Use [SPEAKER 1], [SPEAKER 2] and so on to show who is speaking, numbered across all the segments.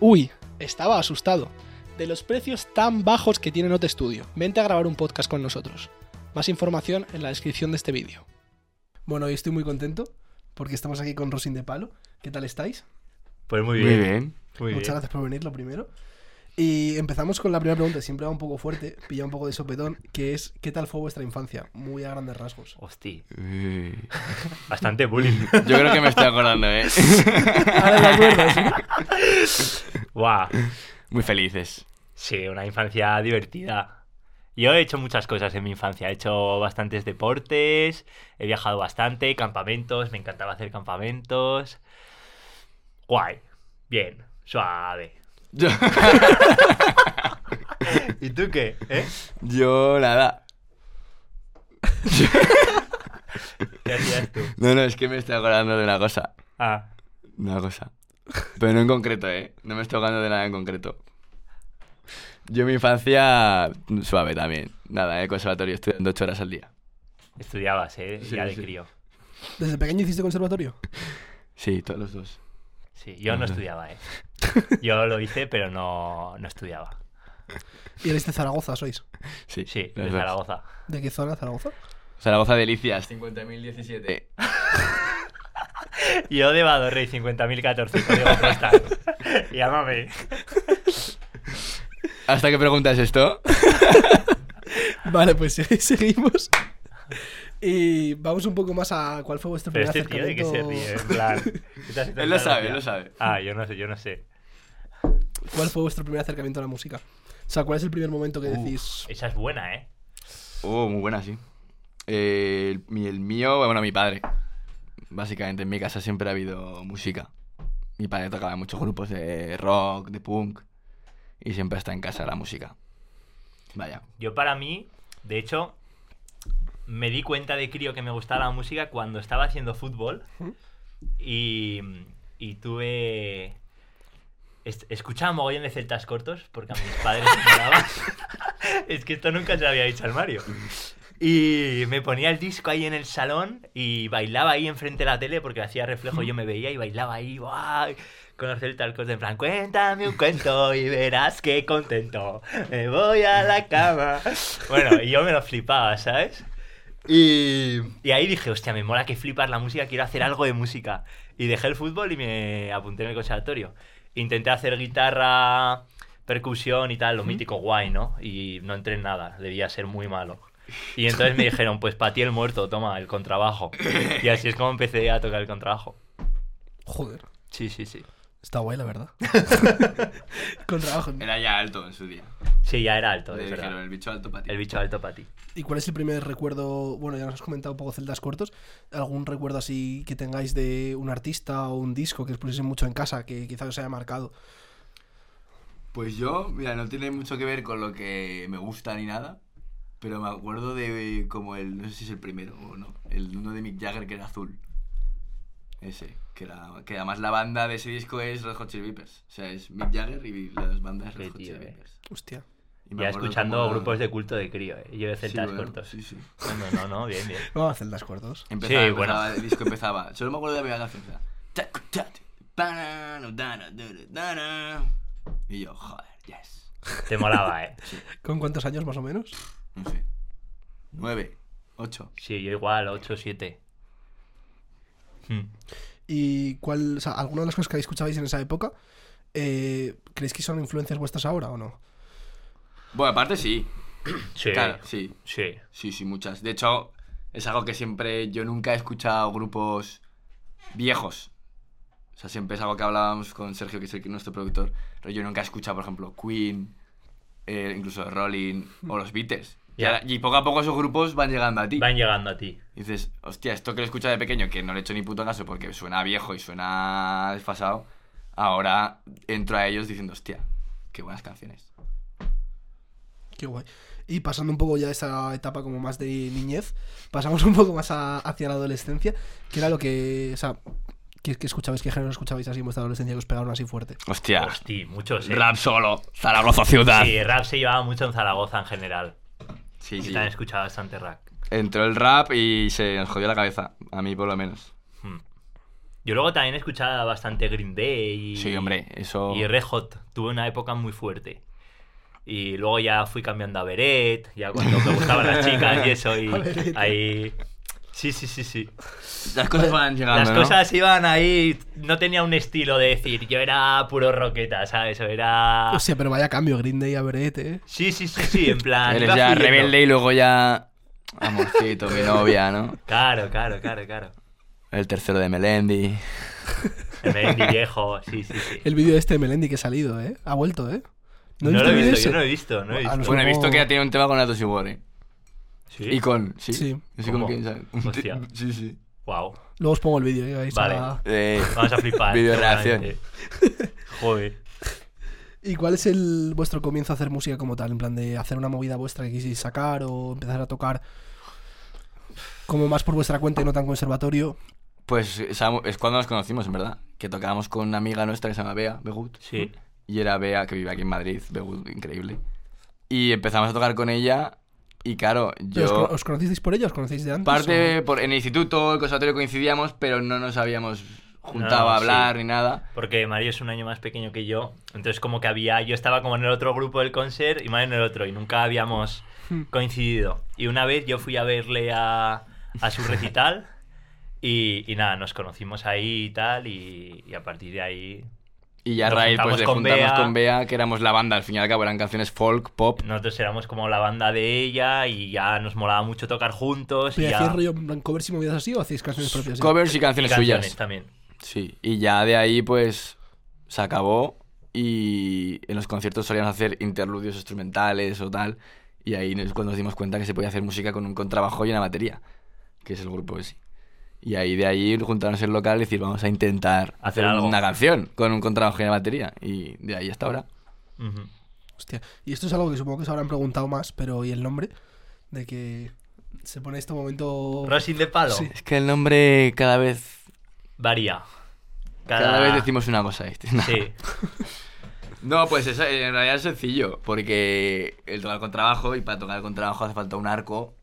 [SPEAKER 1] Uy, estaba asustado. De los precios tan bajos que tiene Note Studio. Vente a grabar un podcast con nosotros. Más información en la descripción de este vídeo. Bueno, hoy estoy muy contento porque estamos aquí con Rosin de Palo. ¿Qué tal estáis?
[SPEAKER 2] Pues muy
[SPEAKER 3] Muy
[SPEAKER 2] bien.
[SPEAKER 3] bien.
[SPEAKER 2] muy
[SPEAKER 1] Muchas
[SPEAKER 2] bien.
[SPEAKER 1] gracias por venir, lo primero. Y empezamos con la primera pregunta, siempre va un poco fuerte, pilla un poco de sopetón, que es ¿qué tal fue vuestra infancia? Muy a grandes rasgos.
[SPEAKER 2] Hosti,
[SPEAKER 3] Uy.
[SPEAKER 2] bastante bullying.
[SPEAKER 3] Yo creo que me estoy acordando, ¿eh?
[SPEAKER 1] Ahora te acuerdas, ¿no?
[SPEAKER 2] Guau.
[SPEAKER 3] Muy felices.
[SPEAKER 2] Sí, una infancia divertida. Yo he hecho muchas cosas en mi infancia. He hecho bastantes deportes, he viajado bastante, campamentos, me encantaba hacer campamentos. Guay, bien, suave.
[SPEAKER 3] Yo,
[SPEAKER 2] ¿Y tú qué? ¿Eh?
[SPEAKER 3] yo nada.
[SPEAKER 2] ¿Qué hacías tú?
[SPEAKER 3] No, no, es que me estoy acordando de una cosa.
[SPEAKER 2] Ah,
[SPEAKER 3] de Una cosa. Pero no en concreto, ¿eh? No me estoy acordando de nada en concreto. Yo mi infancia suave también. Nada, en el conservatorio estudiando ocho horas al día.
[SPEAKER 2] estudiabas, ¿eh?
[SPEAKER 3] Sí,
[SPEAKER 2] ya de
[SPEAKER 3] sí.
[SPEAKER 2] crío.
[SPEAKER 1] ¿Desde pequeño hiciste conservatorio?
[SPEAKER 3] Sí, todos los dos.
[SPEAKER 2] Sí, yo no
[SPEAKER 3] Ajá.
[SPEAKER 2] estudiaba, ¿eh? Yo lo hice, pero no, no estudiaba.
[SPEAKER 1] Y eres de Zaragoza, sois.
[SPEAKER 3] Sí,
[SPEAKER 2] Sí,
[SPEAKER 3] los
[SPEAKER 2] de
[SPEAKER 3] dos.
[SPEAKER 2] Zaragoza.
[SPEAKER 1] ¿De qué zona, Zaragoza?
[SPEAKER 3] Zaragoza Delicias, Eh, 50.017.
[SPEAKER 2] Yo de Badorrey, 50.014, código postal. Llámame.
[SPEAKER 3] ¿Hasta qué preguntas esto?
[SPEAKER 1] Vale, pues sí, seguimos. Y vamos un poco más a cuál fue vuestro
[SPEAKER 2] Pero
[SPEAKER 1] primer
[SPEAKER 2] este tío de que se ríe, en plan. ¿qué te has hecho
[SPEAKER 3] Él lo
[SPEAKER 2] esta gracia?
[SPEAKER 3] sabe, él lo sabe.
[SPEAKER 2] Ah, yo no sé, yo no sé.
[SPEAKER 1] ¿Cuál fue vuestro primer acercamiento a la música? O sea, ¿cuál es el primer momento que
[SPEAKER 3] Uf.
[SPEAKER 1] decís?
[SPEAKER 2] Esa es buena, ¿eh?
[SPEAKER 3] Oh, muy buena, sí. Eh, el, mi- el mío, bueno, mi padre. Básicamente en mi casa siempre ha habido música. Mi padre tocaba muchos grupos de rock, de punk. Y siempre está en casa la música. Vaya.
[SPEAKER 2] Yo para mí, de hecho, me di cuenta de crío que me gustaba la música cuando estaba haciendo fútbol y, y tuve... es- Escuchaba mogollón de celtas cortos porque a mis padres me molaban. es que esto nunca se lo había dicho al Mario. Y me ponía el disco ahí en el salón y bailaba ahí enfrente de la tele porque hacía reflejo, yo me veía y bailaba ahí, ¡guau! Con los Celtas Cortos, en plan, cuéntame un cuento y verás qué contento, me voy a la cama. Bueno, y yo me lo flipaba, ¿sabes? Y, y ahí dije, hostia, me mola que flipas la música, quiero hacer algo de música. Y dejé el fútbol y me apunté en el conservatorio. Intenté hacer guitarra, percusión y tal, lo mítico guay, ¿no? Y no entré en nada, debía ser muy malo. Y entonces me dijeron, pues para ti el muerto, toma, el contrabajo. Y así es como empecé a tocar el contrabajo.
[SPEAKER 1] Joder,
[SPEAKER 2] Sí, sí, sí.
[SPEAKER 1] está guay, la verdad. Con trabajo.
[SPEAKER 3] Era ya alto en su día.
[SPEAKER 2] Sí, ya era alto,
[SPEAKER 3] Le
[SPEAKER 2] es
[SPEAKER 3] dijeron,
[SPEAKER 2] verdad.
[SPEAKER 3] el bicho alto para ti.
[SPEAKER 2] El bicho alto para ti.
[SPEAKER 1] ¿Y cuál es el primer recuerdo? Bueno, ya nos has comentado un poco celdas cortos. ¿Algún recuerdo así que tengáis de un artista o un disco que os pusiese mucho en casa, que quizás os haya marcado?
[SPEAKER 3] Pues yo, mira, no tiene mucho que ver con lo que me gusta ni nada. Pero me acuerdo de como el, no sé si es el primero o no, el uno de Mick Jagger que era azul. Ese, que, era, que además la banda de ese disco es Red Hot Chili Peppers. O sea, es Mick Jagger y las bandas
[SPEAKER 2] Qué
[SPEAKER 3] Red Hot
[SPEAKER 2] tío,
[SPEAKER 3] Chili
[SPEAKER 2] eh.
[SPEAKER 3] Peppers.
[SPEAKER 1] Hostia.
[SPEAKER 3] Y me
[SPEAKER 2] Ya
[SPEAKER 3] acuerdo
[SPEAKER 2] escuchando
[SPEAKER 3] como-
[SPEAKER 2] grupos de culto de crío, ¿eh? Yo de
[SPEAKER 3] Sí,
[SPEAKER 2] celtas
[SPEAKER 3] bueno,
[SPEAKER 2] cortos.
[SPEAKER 3] Sí, sí.
[SPEAKER 2] No, no, no, no, bien, bien.
[SPEAKER 1] No, celdas cortos.
[SPEAKER 3] Empezaba,
[SPEAKER 2] Sí, bueno.
[SPEAKER 3] empezaba, el disco empezaba. Solo me acuerdo de la primera canción. o sea, tacu, tatu, banana, dana, dana, dana. Y yo, joder, yes.
[SPEAKER 2] Te molaba, ¿eh?
[SPEAKER 1] ¿Con cuántos años más o menos?
[SPEAKER 3] No sé. Nueve, ocho.
[SPEAKER 2] Sí, yo igual, 8, 7.
[SPEAKER 3] Hmm.
[SPEAKER 1] ¿Y cuál, o sea, alguna de las cosas que escuchabais en esa época, eh, creéis que son influencias vuestras ahora o no?
[SPEAKER 3] Bueno, aparte sí.
[SPEAKER 2] Sí,
[SPEAKER 3] Claro, sí.
[SPEAKER 2] sí.
[SPEAKER 3] Sí, sí, muchas. De hecho, es algo que siempre. Yo nunca he escuchado grupos viejos. O sea, siempre es algo que hablábamos con Sergio, que es el, que- nuestro productor. Pero yo nunca he escuchado, por ejemplo, Queen, eh, incluso Rolling o los Beatles. Y,
[SPEAKER 2] Ya.
[SPEAKER 3] ahora- y poco a poco esos grupos van llegando a ti.
[SPEAKER 2] Van llegando a ti.
[SPEAKER 3] Y dices, hostia, esto que lo he escuchado de pequeño, que no le he hecho ni puto caso porque suena viejo y suena desfasado, ahora entro a ellos diciendo, hostia, qué buenas canciones.
[SPEAKER 1] Qué guay. Y pasando un poco ya de esa etapa como más de niñez, pasamos un poco más a- hacia la adolescencia, que era lo que, o sea, que, escuchabais, qué género escuchabais así en vuestra adolescencia que os pegaron así fuerte.
[SPEAKER 3] Hostia,
[SPEAKER 2] Hosti, muchos, ¿eh?
[SPEAKER 3] rap solo, Zaragoza ciudad.
[SPEAKER 2] Sí, rap se llevaba mucho en Zaragoza en general.
[SPEAKER 3] Sí,
[SPEAKER 2] Y
[SPEAKER 3] sí.
[SPEAKER 2] también escuchaba bastante rap.
[SPEAKER 3] Entró el rap y se nos jodió la cabeza, a mí por lo menos.
[SPEAKER 2] Hmm. Yo luego también escuchaba bastante Green Day y,
[SPEAKER 3] Sí, hombre, eso.
[SPEAKER 2] y Red Hot. Tuve una época muy fuerte. Y luego ya fui cambiando a Beret, ya cuando me gustaban las chicas y eso. Y
[SPEAKER 1] A Beret.
[SPEAKER 2] ahí. Sí, sí, sí, sí.
[SPEAKER 3] Las cosas van llegando.
[SPEAKER 2] Las
[SPEAKER 3] ¿no?
[SPEAKER 2] cosas iban ahí. No tenía un estilo de decir, yo era puro roqueta, ¿sabes? O era.
[SPEAKER 1] Hostia, pero vaya cambio, Green Day a Beret, eh.
[SPEAKER 2] Pues Sí, sí, sí, sí, en plan.
[SPEAKER 3] Eres
[SPEAKER 2] iba
[SPEAKER 3] ya
[SPEAKER 2] fluyendo.
[SPEAKER 3] rebelde y luego ya. Amorcito, mi novia, ¿no?
[SPEAKER 2] Claro, claro, claro, claro.
[SPEAKER 3] El tercero de Melendi.
[SPEAKER 2] El Melendi viejo, sí, sí, sí.
[SPEAKER 1] El vídeo este de Melendi que ha salido, eh. Ha vuelto, eh.
[SPEAKER 2] No, lo he visto,
[SPEAKER 1] ese?
[SPEAKER 2] yo no he visto, no he
[SPEAKER 1] Ah,
[SPEAKER 2] visto.
[SPEAKER 1] no sé.
[SPEAKER 3] Bueno, he
[SPEAKER 1] Como-
[SPEAKER 3] visto que ha tenido un tema con Atos y Warren.
[SPEAKER 2] ¿Sí?
[SPEAKER 3] Y con. Sí.
[SPEAKER 1] Sí.
[SPEAKER 3] No sé con
[SPEAKER 2] ¿Cómo?
[SPEAKER 3] quién sabe.
[SPEAKER 2] Hostia.
[SPEAKER 3] Sí, sí.
[SPEAKER 2] Wow.
[SPEAKER 1] Luego os pongo el vídeo, eh. vais
[SPEAKER 2] Vale.
[SPEAKER 1] a-
[SPEAKER 3] Eh,
[SPEAKER 2] Vamos a flipar.
[SPEAKER 3] Video
[SPEAKER 2] seguramente. Joder.
[SPEAKER 1] ¿Y cuál es el vuestro comienzo a hacer música como tal? En plan de hacer una movida vuestra que quisisteis sacar o empezar a tocar como más por vuestra cuenta y no tan conservatorio.
[SPEAKER 3] Pues Samu- es cuando nos conocimos, en verdad. Que tocábamos con una amiga nuestra que se llama Bea, Begut.
[SPEAKER 2] Sí.
[SPEAKER 3] Y era Bea, que vive aquí en Madrid, Begut, increíble. Y empezamos a tocar con ella. Y claro,
[SPEAKER 1] Pero ¿Os,
[SPEAKER 3] yo.
[SPEAKER 1] cono- os ¿eh? conocisteis por ella? ¿Os conocéis de antes?
[SPEAKER 3] Parte por, en el instituto, el conservatorio coincidíamos, pero no nos habíamos juntado
[SPEAKER 2] No,
[SPEAKER 3] a hablar
[SPEAKER 2] sí.
[SPEAKER 3] ni nada.
[SPEAKER 2] Porque Mario es un año más pequeño que yo. Entonces, como que había. Yo estaba como en el otro grupo del concert y Mario en el otro. Y nunca habíamos coincidido. Y una vez yo fui a verle a, a su recital. Y, y nada, nos conocimos ahí y tal. Y, y a partir de ahí.
[SPEAKER 3] Y ya a
[SPEAKER 2] Nos
[SPEAKER 3] raíz pues,
[SPEAKER 2] juntamos
[SPEAKER 3] de
[SPEAKER 2] con
[SPEAKER 3] juntarnos
[SPEAKER 2] Bea.
[SPEAKER 3] con Bea, que éramos la banda, al fin y al cabo eran canciones folk, pop.
[SPEAKER 2] Nosotros éramos como la banda de ella. Y ya nos molaba mucho tocar juntos.
[SPEAKER 1] ¿Pero
[SPEAKER 2] Y
[SPEAKER 1] ¿y
[SPEAKER 2] ya.
[SPEAKER 1] hacéis rollo en plan covers y movidas así o hacéis canciones propias? ya?
[SPEAKER 3] Covers y
[SPEAKER 2] y
[SPEAKER 3] canciones
[SPEAKER 2] canciones
[SPEAKER 3] suyas.
[SPEAKER 2] también.
[SPEAKER 3] Sí, y ya de ahí pues se acabó y en los conciertos solían hacer interludios instrumentales o tal y ahí es cuando nos dimos cuenta que se podía hacer música con un contrabajo y una batería, que es el grupo ese. Y ahí de ahí juntarnos en el local y decir vamos a intentar
[SPEAKER 2] Hacer
[SPEAKER 3] hacer
[SPEAKER 2] algo.
[SPEAKER 3] una canción con un contrabajo y una batería y de ahí hasta ahora.
[SPEAKER 2] Ujú.
[SPEAKER 1] Hostia. Y esto es algo que supongo que se habrán preguntado más, pero ¿y el nombre? De que se pone este momento...
[SPEAKER 2] Rosin de palo.
[SPEAKER 1] Sí.
[SPEAKER 3] Es que el nombre cada vez
[SPEAKER 2] Varía.
[SPEAKER 3] cada, vez decimos una cosa.
[SPEAKER 2] Sí.
[SPEAKER 3] No, pues eso eh, en realidad es sencillo, porque el tocar con trabajo, y para tocar con trabajo hace falta un arco,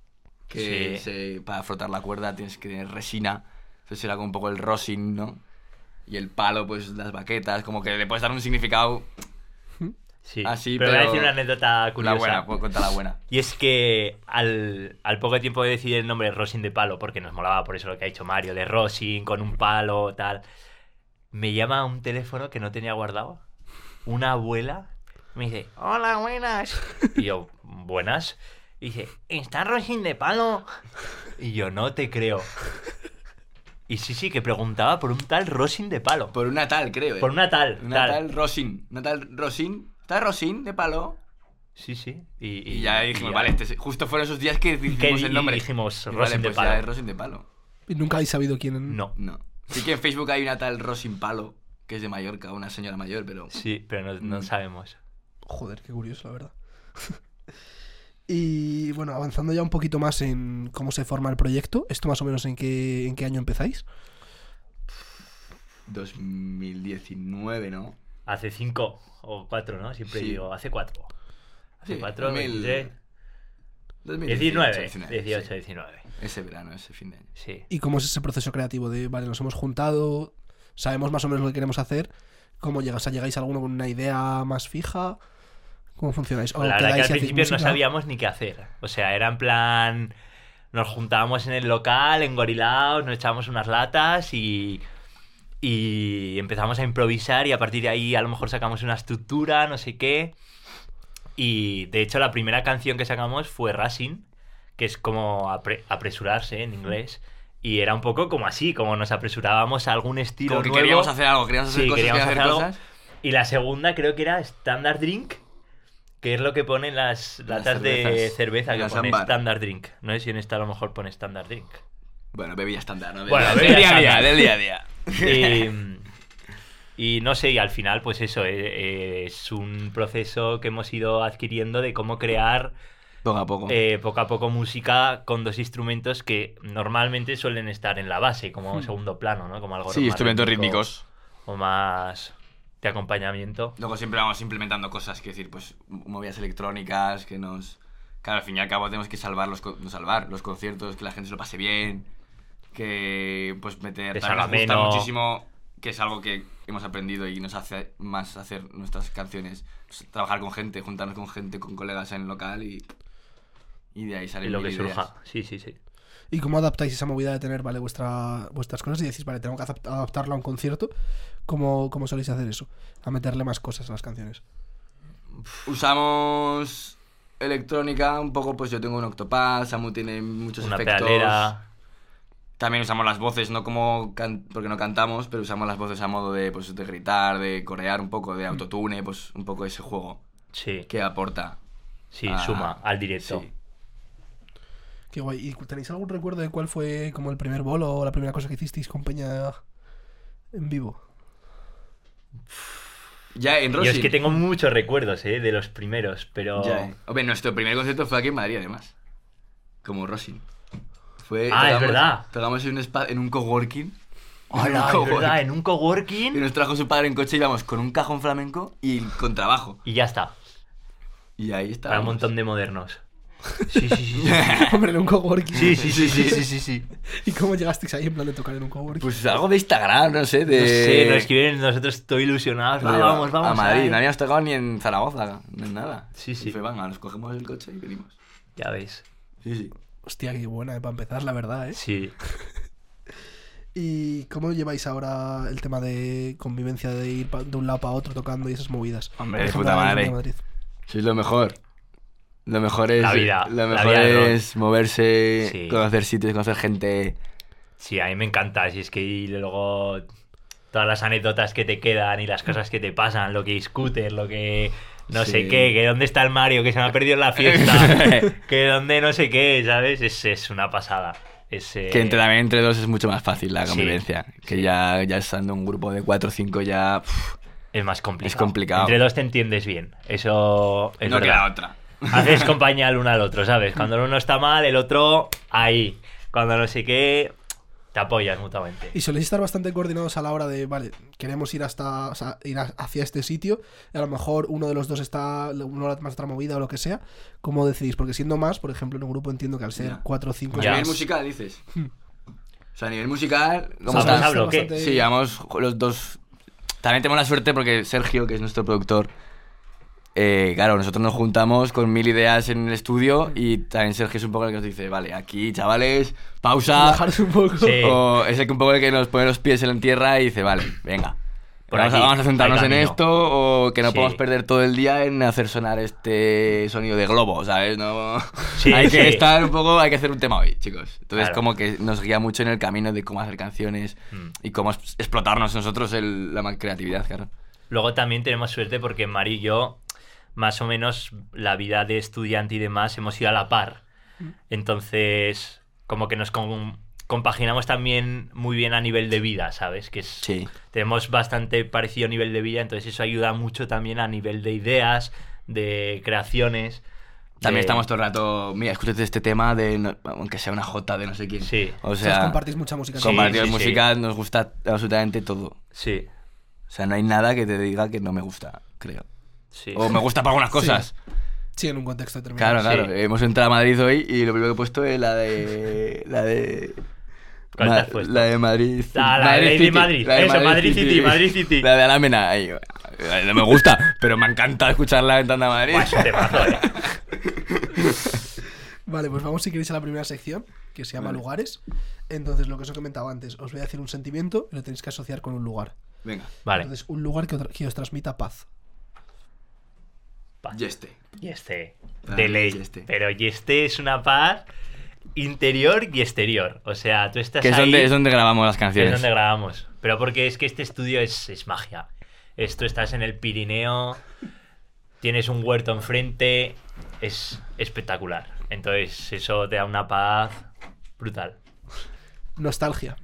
[SPEAKER 3] que
[SPEAKER 2] Sí.
[SPEAKER 3] se- para frotar la cuerda tienes que tener resina, entonces será como un poco el rosin, ¿no? Y el palo, pues las baquetas, como que le puedes dar un significado,
[SPEAKER 2] Sí.
[SPEAKER 3] Así,
[SPEAKER 2] pero, voy a
[SPEAKER 3] Ah, pero-
[SPEAKER 2] decir una anécdota curiosa.
[SPEAKER 3] la buena, pues cuenta la buena.
[SPEAKER 2] Y es que al, al poco tiempo de decidir el nombre Rosin de palo, porque nos molaba por eso lo que ha dicho Mario, de Rosin con un palo, tal. Me llama a un teléfono que no tenía guardado. Una abuela me dice, hola, buenas. Y yo, buenas. Y dice, ¿está Rosin de palo? Y yo, no te creo. Y sí, sí, que preguntaba por un tal Rosin de palo.
[SPEAKER 3] Por una tal, creo. ¿eh?
[SPEAKER 2] Por una tal.
[SPEAKER 3] Una
[SPEAKER 2] tal.
[SPEAKER 3] tal rosin, una tal rosin, está rosin de palo.
[SPEAKER 2] Sí, sí. Y,
[SPEAKER 3] Y, ya dijimos, vale, este, es- justo fueron esos días
[SPEAKER 2] Que
[SPEAKER 3] que dijimos
[SPEAKER 2] di-
[SPEAKER 3] el nombre.
[SPEAKER 2] dijimos
[SPEAKER 3] Y vale,
[SPEAKER 2] Rosin de
[SPEAKER 3] pues ya
[SPEAKER 2] palo.
[SPEAKER 3] es rosin de palo.
[SPEAKER 1] Y nunca habéis sabido quién...
[SPEAKER 2] No.
[SPEAKER 3] No. Sí que en Facebook hay una tal Rosin Palo, que es de Mallorca, una señora mayor, pero...
[SPEAKER 2] Sí, pero no, no
[SPEAKER 3] Mm.
[SPEAKER 2] sabemos.
[SPEAKER 1] Joder, qué curioso, la verdad. y bueno, avanzando ya un poquito más en cómo se forma el proyecto, esto más o menos en qué, en qué año empezáis.
[SPEAKER 3] 2019, ¿no?
[SPEAKER 2] Hace cinco o cuatro, ¿no? Siempre
[SPEAKER 3] Sí.
[SPEAKER 2] digo, hace cuatro. Hace
[SPEAKER 3] Sí,
[SPEAKER 2] cuatro,
[SPEAKER 3] 2000,
[SPEAKER 2] 23,
[SPEAKER 3] 2019,
[SPEAKER 2] 19, 18,
[SPEAKER 3] sí.
[SPEAKER 2] 19.
[SPEAKER 3] Ese verano, ese fin de año.
[SPEAKER 2] Sí.
[SPEAKER 1] ¿Y cómo es ese proceso creativo de, vale, nos hemos juntado, sabemos más o menos lo que queremos hacer? ¿Cómo llegáis? O sea, ¿Llegáis a alguno con una idea más fija? ¿Cómo funcionáis? pues, ¿O
[SPEAKER 2] La verdad que
[SPEAKER 1] quedáis
[SPEAKER 2] al
[SPEAKER 1] y hacéis
[SPEAKER 2] principio no
[SPEAKER 1] música?
[SPEAKER 2] sabíamos ni qué hacer. O sea, era en plan. Nos juntábamos en el local, engorilados, nos echábamos unas latas y. Y empezamos a improvisar y a partir de ahí a lo mejor sacamos una estructura, no sé qué. Y de hecho la primera canción que sacamos fue Racing, que es como apre- apresurarse en inglés. Y era un poco como así, como nos apresurábamos a algún estilo.
[SPEAKER 3] Como que
[SPEAKER 2] nuevo.
[SPEAKER 3] queríamos hacer algo, queríamos hacer
[SPEAKER 2] Sí,
[SPEAKER 3] cosas,
[SPEAKER 2] queríamos
[SPEAKER 3] hacer
[SPEAKER 2] hacer algo.
[SPEAKER 3] cosas.
[SPEAKER 2] Y la segunda creo que era Standard Drink, que es lo que ponen las
[SPEAKER 3] Las
[SPEAKER 2] latas de
[SPEAKER 3] cervezas.
[SPEAKER 2] cerveza que
[SPEAKER 3] Las
[SPEAKER 2] pone
[SPEAKER 3] ámbar.
[SPEAKER 2] Standard Drink. No sé si en esta a lo mejor pone Standard Drink.
[SPEAKER 3] Bueno, bebía estándar, ¿no?
[SPEAKER 2] Bueno,
[SPEAKER 3] del
[SPEAKER 2] bebida
[SPEAKER 3] día a día,
[SPEAKER 2] estándar.
[SPEAKER 3] del día a día.
[SPEAKER 2] Y, y no sé, y al final pues eso, eh, eh, es un proceso que hemos ido adquiriendo de cómo crear
[SPEAKER 3] Poco a poco.
[SPEAKER 2] eh, poco a poco música con dos instrumentos que normalmente suelen estar en la base, como segundo plano, ¿no? Como algo
[SPEAKER 3] Hmm. sí,
[SPEAKER 2] más
[SPEAKER 3] instrumentos
[SPEAKER 2] rítmico
[SPEAKER 3] rítmicos.
[SPEAKER 2] O más de acompañamiento.
[SPEAKER 3] Luego siempre vamos implementando cosas, que decir, pues movidas electrónicas que nos... Claro, al fin y al cabo tenemos que salvar los, co- no salvar los conciertos, que la gente se lo pase bien. que pues meter
[SPEAKER 2] Que
[SPEAKER 3] también nos
[SPEAKER 2] salga
[SPEAKER 3] gusta
[SPEAKER 2] menos.
[SPEAKER 3] muchísimo que es algo que hemos aprendido y nos hace más hacer nuestras canciones pues, trabajar con gente juntarnos con gente con colegas en el local y y de ahí
[SPEAKER 2] Y
[SPEAKER 3] salen
[SPEAKER 2] lo que
[SPEAKER 3] mil ideas.
[SPEAKER 2] surja. Sí, sí, sí.
[SPEAKER 1] ¿Y cómo adaptáis esa movida de tener, vale, vuestra, vuestras cosas y decís, vale, tengo que adap- adaptarlo a un concierto? ¿Cómo, ¿Cómo soléis hacer eso? A meterle más cosas a las canciones.
[SPEAKER 3] usamos electrónica un poco pues yo tengo un octopad Samu tiene muchos
[SPEAKER 2] Una
[SPEAKER 3] efectos
[SPEAKER 2] pedalera.
[SPEAKER 3] También usamos las voces, no como can- porque no cantamos, pero usamos las voces a modo de, pues, de gritar, de corear un poco, de autotune, pues un poco ese juego
[SPEAKER 2] Sí,
[SPEAKER 3] que aporta.
[SPEAKER 2] sí,
[SPEAKER 3] Ah,
[SPEAKER 2] suma al directo.
[SPEAKER 3] sí.
[SPEAKER 1] Qué guay. ¿Y cu- tenéis algún recuerdo de cuál fue como el primer bolo o la primera cosa que hicisteis con Peña en vivo?
[SPEAKER 3] Ya en
[SPEAKER 2] Yo
[SPEAKER 3] Rosin.
[SPEAKER 2] es que tengo muchos recuerdos, ¿eh? De los primeros, pero...
[SPEAKER 3] Ya, eh. Hombre, nuestro primer concierto fue aquí en Madrid, además. Como Rosin. Fue,
[SPEAKER 2] Ah, es verdad.
[SPEAKER 3] Tocamos en un, spa- en un coworking. En un
[SPEAKER 2] Hola, es
[SPEAKER 3] coworking.
[SPEAKER 2] verdad, en un coworking...
[SPEAKER 3] Y nos trajo su padre en coche, íbamos con un cajón flamenco y con trabajo.
[SPEAKER 2] Y ya está.
[SPEAKER 3] Y ahí está.
[SPEAKER 2] Para un montón de modernos. Sí, sí, sí. sí.
[SPEAKER 1] Hombre, en un coworking.
[SPEAKER 2] Sí, sí, sí, sí, sí,
[SPEAKER 1] ¿Y cómo llegasteis ahí en plan de tocar en un coworking?
[SPEAKER 3] Pues algo de Instagram, no sé, de...
[SPEAKER 2] No sé, nos escribieron, nosotros estoy ilusionados.
[SPEAKER 3] Vale,
[SPEAKER 2] vamos, vamos.
[SPEAKER 3] A Madrid,
[SPEAKER 2] ay.
[SPEAKER 3] no habíamos tocado ni en Zaragoza, no en nada.
[SPEAKER 2] Sí, sí.
[SPEAKER 3] Y fue, venga, nos cogemos el coche y venimos.
[SPEAKER 2] Ya veis.
[SPEAKER 3] Sí, sí.
[SPEAKER 1] Hostia, qué buena eh, para empezar, la verdad, ¿eh?
[SPEAKER 2] Sí.
[SPEAKER 1] ¿Y cómo lleváis ahora el tema de convivencia, de ir pa- de un lado para otro tocando y esas movidas? Por
[SPEAKER 3] Hombre, de
[SPEAKER 1] ejemplo,
[SPEAKER 3] puta
[SPEAKER 1] ahora
[SPEAKER 3] madre.
[SPEAKER 1] en Madrid.
[SPEAKER 3] Sois lo mejor. Lo mejor es.
[SPEAKER 2] La vida,
[SPEAKER 3] Lo
[SPEAKER 2] la
[SPEAKER 3] mejor
[SPEAKER 2] vida de rock.
[SPEAKER 3] es moverse,
[SPEAKER 2] Sí.
[SPEAKER 3] conocer sitios, conocer gente.
[SPEAKER 2] Sí, a mí me encanta. Si es que y luego todas las anécdotas que te quedan y las
[SPEAKER 3] Mm.
[SPEAKER 2] cosas que te pasan, lo que discutes, lo que no
[SPEAKER 3] Sí.
[SPEAKER 2] sé qué, que dónde está el Mario, que se me ha perdido en la fiesta, que dónde no sé qué, ¿sabes? Es, es una pasada. Es, eh,
[SPEAKER 3] Que entre, también entre dos es mucho más fácil la
[SPEAKER 2] sí,
[SPEAKER 3] convivencia. que
[SPEAKER 2] sí.
[SPEAKER 3] ya, ya estando en un grupo de cuatro o cinco ya. pff,
[SPEAKER 2] es más complicado.
[SPEAKER 3] es complicado.
[SPEAKER 2] Entre dos te entiendes bien. Eso es
[SPEAKER 3] no
[SPEAKER 2] verdad.
[SPEAKER 3] queda otra.
[SPEAKER 2] Haces compañía el uno al otro, ¿sabes? Cuando el uno está mal, el otro ahí. Cuando no sé qué, te apoyas mutuamente.
[SPEAKER 1] Y soléis estar bastante coordinados a la hora de, vale, queremos ir hasta o sea, ir a- hacia este sitio, y a lo mejor uno de los dos está, uno más otra movida o lo que sea, ¿cómo decidís? Porque siendo más, por ejemplo, en un grupo entiendo que al ser
[SPEAKER 3] Ya.
[SPEAKER 1] 4 o 5
[SPEAKER 3] A
[SPEAKER 2] Ya. Hmm.
[SPEAKER 3] nivel musical, dices. O sea, a nivel musical. ¿cómo
[SPEAKER 2] ¿Sabes?
[SPEAKER 3] estás?
[SPEAKER 2] Hablo, ¿qué?
[SPEAKER 3] Sí, llevamos los dos. También tenemos la suerte porque Sergio, que es nuestro productor, eh, claro, nosotros nos juntamos con mil ideas en el estudio y también Sergio es un poco el que nos dice, vale, aquí, chavales, pausa.
[SPEAKER 1] Bajarse un poco.
[SPEAKER 2] Sí.
[SPEAKER 3] O es el que un poco el que nos pone los pies en la tierra y dice, vale, venga.
[SPEAKER 2] Por
[SPEAKER 3] vamos, a,
[SPEAKER 2] aquí,
[SPEAKER 3] vamos a centrarnos
[SPEAKER 2] hay
[SPEAKER 3] en
[SPEAKER 2] camino.
[SPEAKER 3] esto o que no
[SPEAKER 2] Sí.
[SPEAKER 3] podemos perder todo el día en hacer sonar este sonido de globo, ¿sabes? No...
[SPEAKER 2] Sí,
[SPEAKER 3] hay que
[SPEAKER 2] sí.
[SPEAKER 3] estar un poco, hay que hacer un tema hoy, chicos. Entonces
[SPEAKER 2] Claro.
[SPEAKER 3] como que nos guía mucho en el camino de cómo hacer canciones
[SPEAKER 2] Mm.
[SPEAKER 3] y cómo es- explotarnos nosotros el- la ma- creatividad, claro.
[SPEAKER 2] Luego también tenemos suerte porque Mari y yo, más o menos, la vida de estudiante y demás, hemos ido a la par. Entonces, como que nos com- compaginamos también muy bien a nivel de vida, ¿sabes? Que es,
[SPEAKER 3] Sí.
[SPEAKER 2] tenemos bastante parecido nivel de vida, entonces eso ayuda mucho también a nivel de ideas, de creaciones.
[SPEAKER 3] También
[SPEAKER 2] de-
[SPEAKER 3] estamos todo el rato, mira, escúchate este tema de, no- aunque sea una jota de no sé quién.
[SPEAKER 2] Sí.
[SPEAKER 3] O
[SPEAKER 1] O sea,
[SPEAKER 3] sea,
[SPEAKER 1] compartís mucha música.
[SPEAKER 2] Sí.
[SPEAKER 3] compartir
[SPEAKER 2] sí.
[SPEAKER 3] música nos gusta absolutamente todo.
[SPEAKER 2] Sí,
[SPEAKER 3] O sea, no hay nada que te diga que no me gusta, creo.
[SPEAKER 2] sí.
[SPEAKER 3] O me gusta para algunas cosas.
[SPEAKER 1] Sí, en un contexto determinado.
[SPEAKER 3] Claro,
[SPEAKER 2] Sí.
[SPEAKER 3] claro. Hemos entrado a Madrid hoy y lo primero que he puesto es la de. La de.
[SPEAKER 2] ¿Cuál te
[SPEAKER 3] Ma-
[SPEAKER 2] has puesto?
[SPEAKER 3] La de Madrid.
[SPEAKER 2] Ah, la de Lady Madrid. Eso, Madrid City, Madrid City.
[SPEAKER 3] La de Alamena. ahí. No me gusta, pero me encanta escucharla entrando a Madrid.
[SPEAKER 2] Buah, es un temazo, ¿eh?
[SPEAKER 1] Vale, pues vamos si queréis a la primera sección, que se llama
[SPEAKER 3] Vale.
[SPEAKER 1] lugares. Entonces, lo que os he comentado antes, os voy a decir un sentimiento y lo tenéis que asociar con un lugar.
[SPEAKER 3] Venga.
[SPEAKER 2] Vale.
[SPEAKER 1] Entonces, un lugar que, otra- que os transmita paz.
[SPEAKER 2] Pa.
[SPEAKER 3] Yeste.
[SPEAKER 2] Y este,
[SPEAKER 3] Ah,
[SPEAKER 2] de ley.
[SPEAKER 3] yeste.
[SPEAKER 2] Pero y este es una paz interior y exterior. O sea, tú estás
[SPEAKER 3] Que es
[SPEAKER 2] ahí,
[SPEAKER 3] donde, es donde grabamos las
[SPEAKER 2] que es
[SPEAKER 3] canciones.
[SPEAKER 2] donde grabamos. Pero porque es que este estudio es, es magia. Esto estás en el Pirineo, tienes un huerto enfrente, es espectacular. Entonces eso te da una paz brutal.
[SPEAKER 1] Nostalgia.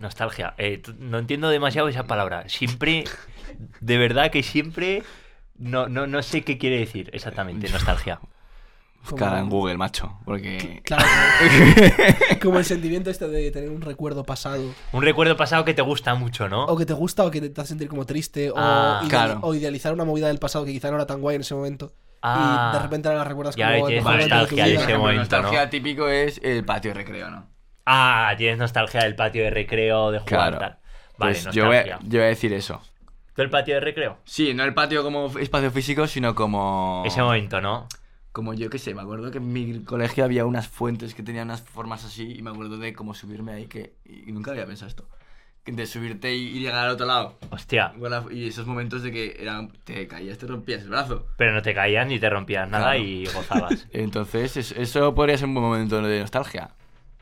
[SPEAKER 2] Nostalgia. Eh, t- no entiendo demasiado esa palabra. Siempre, de verdad que siempre, no, no, no sé qué quiere decir exactamente, nostalgia.
[SPEAKER 3] Busca en
[SPEAKER 1] Como-
[SPEAKER 3] Google, macho. Porque.
[SPEAKER 1] Claro, como- como el sentimiento este de tener un recuerdo pasado,
[SPEAKER 2] Un recuerdo pasado que te gusta mucho, ¿no?
[SPEAKER 1] o que te gusta, o que te hace sentir como triste, o,
[SPEAKER 2] Ah,
[SPEAKER 1] ideal-
[SPEAKER 3] Oh. claro.
[SPEAKER 1] o idealizar una movida del pasado que quizá no era tan guay en ese momento.
[SPEAKER 2] Ah.
[SPEAKER 1] y de repente ahora la recuerdas
[SPEAKER 2] Ya
[SPEAKER 1] como el
[SPEAKER 2] tienes
[SPEAKER 1] mejor momento de tu
[SPEAKER 2] nostalgia de
[SPEAKER 1] vida.
[SPEAKER 2] ese
[SPEAKER 3] Por ejemplo,
[SPEAKER 2] momento,
[SPEAKER 3] nostalgia
[SPEAKER 2] ¿no?
[SPEAKER 3] típico es el patio de recreo, ¿no?
[SPEAKER 2] Ah, tienes nostalgia del patio de recreo, de jugar
[SPEAKER 3] Claro.
[SPEAKER 2] tal. Vale,
[SPEAKER 3] Pues yo, voy
[SPEAKER 2] nostalgia.
[SPEAKER 3] a, yo voy a decir eso.
[SPEAKER 2] ¿Tú el patio de recreo?
[SPEAKER 3] Sí, no el patio como f- espacio físico, sino como.
[SPEAKER 2] Ese momento, ¿no?
[SPEAKER 3] Como yo que sé, me acuerdo que en mi colegio había unas fuentes que tenían unas formas así y me acuerdo de cómo subirme ahí que. Y nunca había pensado esto. De subirte y, y llegar al otro lado.
[SPEAKER 2] Hostia.
[SPEAKER 3] Bueno, y esos momentos de que eran, te caías, te rompías el brazo.
[SPEAKER 2] Pero no te caías ni te rompías nada
[SPEAKER 3] Claro.
[SPEAKER 2] y gozabas.
[SPEAKER 3] Entonces, es- eso podría ser un buen momento de nostalgia.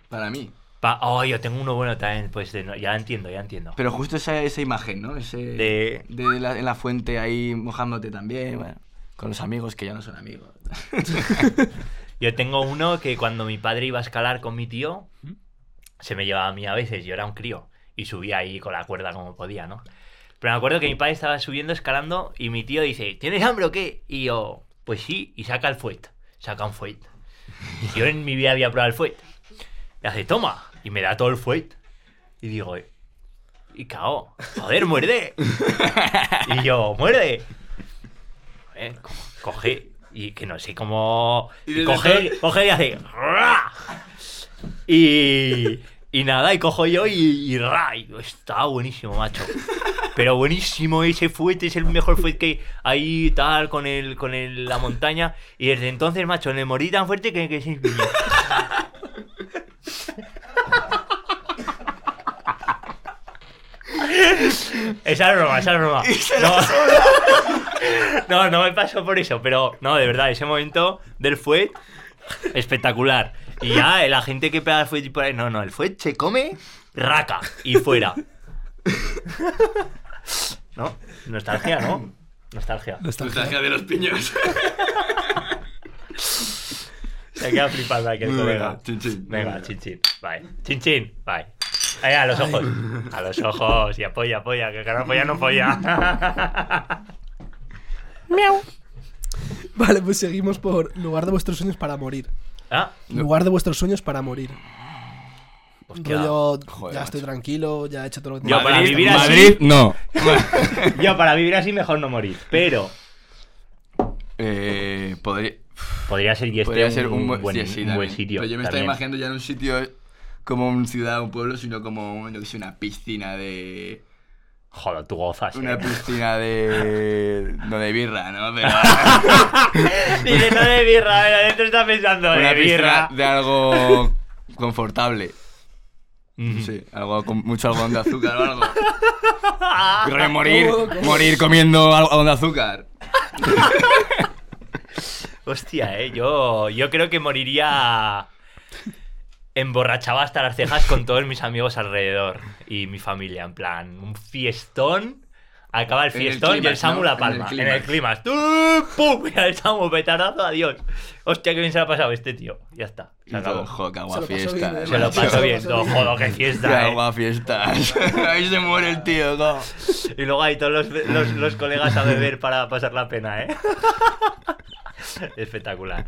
[SPEAKER 3] Para mí.
[SPEAKER 2] Pa- oh, yo tengo uno bueno también, pues de no- ya entiendo, ya entiendo.
[SPEAKER 3] Pero eh, justo esa, esa imagen, ¿no? Ese,
[SPEAKER 2] De-
[SPEAKER 3] de la, en la fuente ahí mojándote también, bueno, con los amigos que ya no son amigos.
[SPEAKER 2] Yo tengo uno que cuando mi padre iba a escalar con mi tío, se me llevaba a mí a veces, yo era un crío, y subía ahí con la cuerda como podía, ¿no? Pero me acuerdo que mi padre estaba subiendo, escalando, y mi tío dice, ¿tienes hambre o qué? Y yo, pues sí, y saca el fuet, saca un fuet. Y yo en mi vida había probado el fuet. Me hace, toma, y me da todo el fuet. Y digo, y cao, joder, muerde. Y yo, muerde. Eh, co- Coge y que no sé cómo.
[SPEAKER 3] Y
[SPEAKER 2] y
[SPEAKER 3] desde
[SPEAKER 2] coge,
[SPEAKER 3] entonces-
[SPEAKER 2] coge y hace. ra. Y, y nada, y cojo yo y, y ra. Y digo, está buenísimo, macho. Pero buenísimo ese fuete, es el mejor fuete que hay ahí tal con el con el- la montaña. Y desde entonces, macho, me morí tan fuerte que, que sí. Esa es broma, esa es broma. No, no, no me pasó por eso, pero no, de verdad, ese momento del fuet, espectacular. Y ya, eh, la gente que pega el fuet y por ahí, no, no, el fuet se come, raca, y fuera. ¿No? Nostalgia, ¿no? Nostalgia.
[SPEAKER 1] Nostalgia.
[SPEAKER 3] de los piños.
[SPEAKER 2] Se queda flipando aquí el
[SPEAKER 3] Muy
[SPEAKER 2] colega.
[SPEAKER 3] buena, chin, chin, muy
[SPEAKER 2] Venga,
[SPEAKER 3] buena.
[SPEAKER 2] chin chin. Bye. Chin chin. Bye. Ahí, a los ojos. A los ojos. Y apoya, apoya. Que el que no apoya, no apoya.
[SPEAKER 1] Vale, pues seguimos por lugar de vuestros sueños para morir.
[SPEAKER 2] ah,
[SPEAKER 1] Lugar de vuestros sueños para morir.
[SPEAKER 2] hostia.
[SPEAKER 1] Rollo,
[SPEAKER 3] Joder,
[SPEAKER 1] ya
[SPEAKER 3] macho.
[SPEAKER 1] estoy tranquilo, ya he hecho todo lo que tenía
[SPEAKER 2] Yo
[SPEAKER 1] que
[SPEAKER 2] para
[SPEAKER 1] hacer.
[SPEAKER 2] vivir así-
[SPEAKER 3] no.
[SPEAKER 2] Yo, para vivir así, mejor no morir. Pero
[SPEAKER 3] Eh, podría,
[SPEAKER 2] podría ser y este
[SPEAKER 3] podría
[SPEAKER 2] un,
[SPEAKER 3] ser un buen,
[SPEAKER 2] buen,
[SPEAKER 3] sí, sí,
[SPEAKER 2] un
[SPEAKER 3] también.
[SPEAKER 2] buen sitio.
[SPEAKER 3] Pero yo me
[SPEAKER 2] también.
[SPEAKER 3] estaba imaginando ya en un sitio eh, como una ciudad, un pueblo, sino como un- yo que sé, una piscina de.
[SPEAKER 2] Joder, tú gozas.
[SPEAKER 3] Una
[SPEAKER 2] eh.
[SPEAKER 3] piscina de. No de birra, ¿no? Pero
[SPEAKER 2] Dice, no de birra. eh, Adentro está pensando
[SPEAKER 3] una
[SPEAKER 2] de birra.
[SPEAKER 3] piscina de algo confortable.
[SPEAKER 2] Mm.
[SPEAKER 3] Sí, algo con mucho algodón de azúcar o algo. Y rollo
[SPEAKER 1] Cómodo,
[SPEAKER 3] morir,
[SPEAKER 1] cómodo.
[SPEAKER 3] morir comiendo al- algodón de azúcar.
[SPEAKER 2] Hostia, eh. Yo, yo creo que moriría. Emborrachado hasta las cejas con todos mis amigos alrededor y mi familia. En plan, un fiestón. Acaba el
[SPEAKER 3] En el
[SPEAKER 2] fiestón y el
[SPEAKER 3] clímax,
[SPEAKER 2] Samu
[SPEAKER 3] ¿no?
[SPEAKER 2] la
[SPEAKER 3] En
[SPEAKER 2] palma.
[SPEAKER 3] el
[SPEAKER 2] En el clima. ¡Pum! Y el Samu, petardazo, adiós. Hostia, qué bien se lo ha pasado este tío. Ya está. Se
[SPEAKER 3] Y todo,
[SPEAKER 2] acabó.
[SPEAKER 3] jo, qué
[SPEAKER 1] Se
[SPEAKER 3] agua
[SPEAKER 1] lo pasó bien,
[SPEAKER 3] fiesta.
[SPEAKER 1] ¿eh?
[SPEAKER 2] Se lo
[SPEAKER 1] macho.
[SPEAKER 2] pasó bien,
[SPEAKER 1] Se lo
[SPEAKER 2] todo
[SPEAKER 1] pasó
[SPEAKER 2] jodo, qué
[SPEAKER 3] Qué
[SPEAKER 2] fiesta, eh.
[SPEAKER 3] agua fiestas. Ahí se muere el tío, go.
[SPEAKER 2] Y luego hay todos los, los- los colegas a beber para pasar la pena, ¿eh? Espectacular.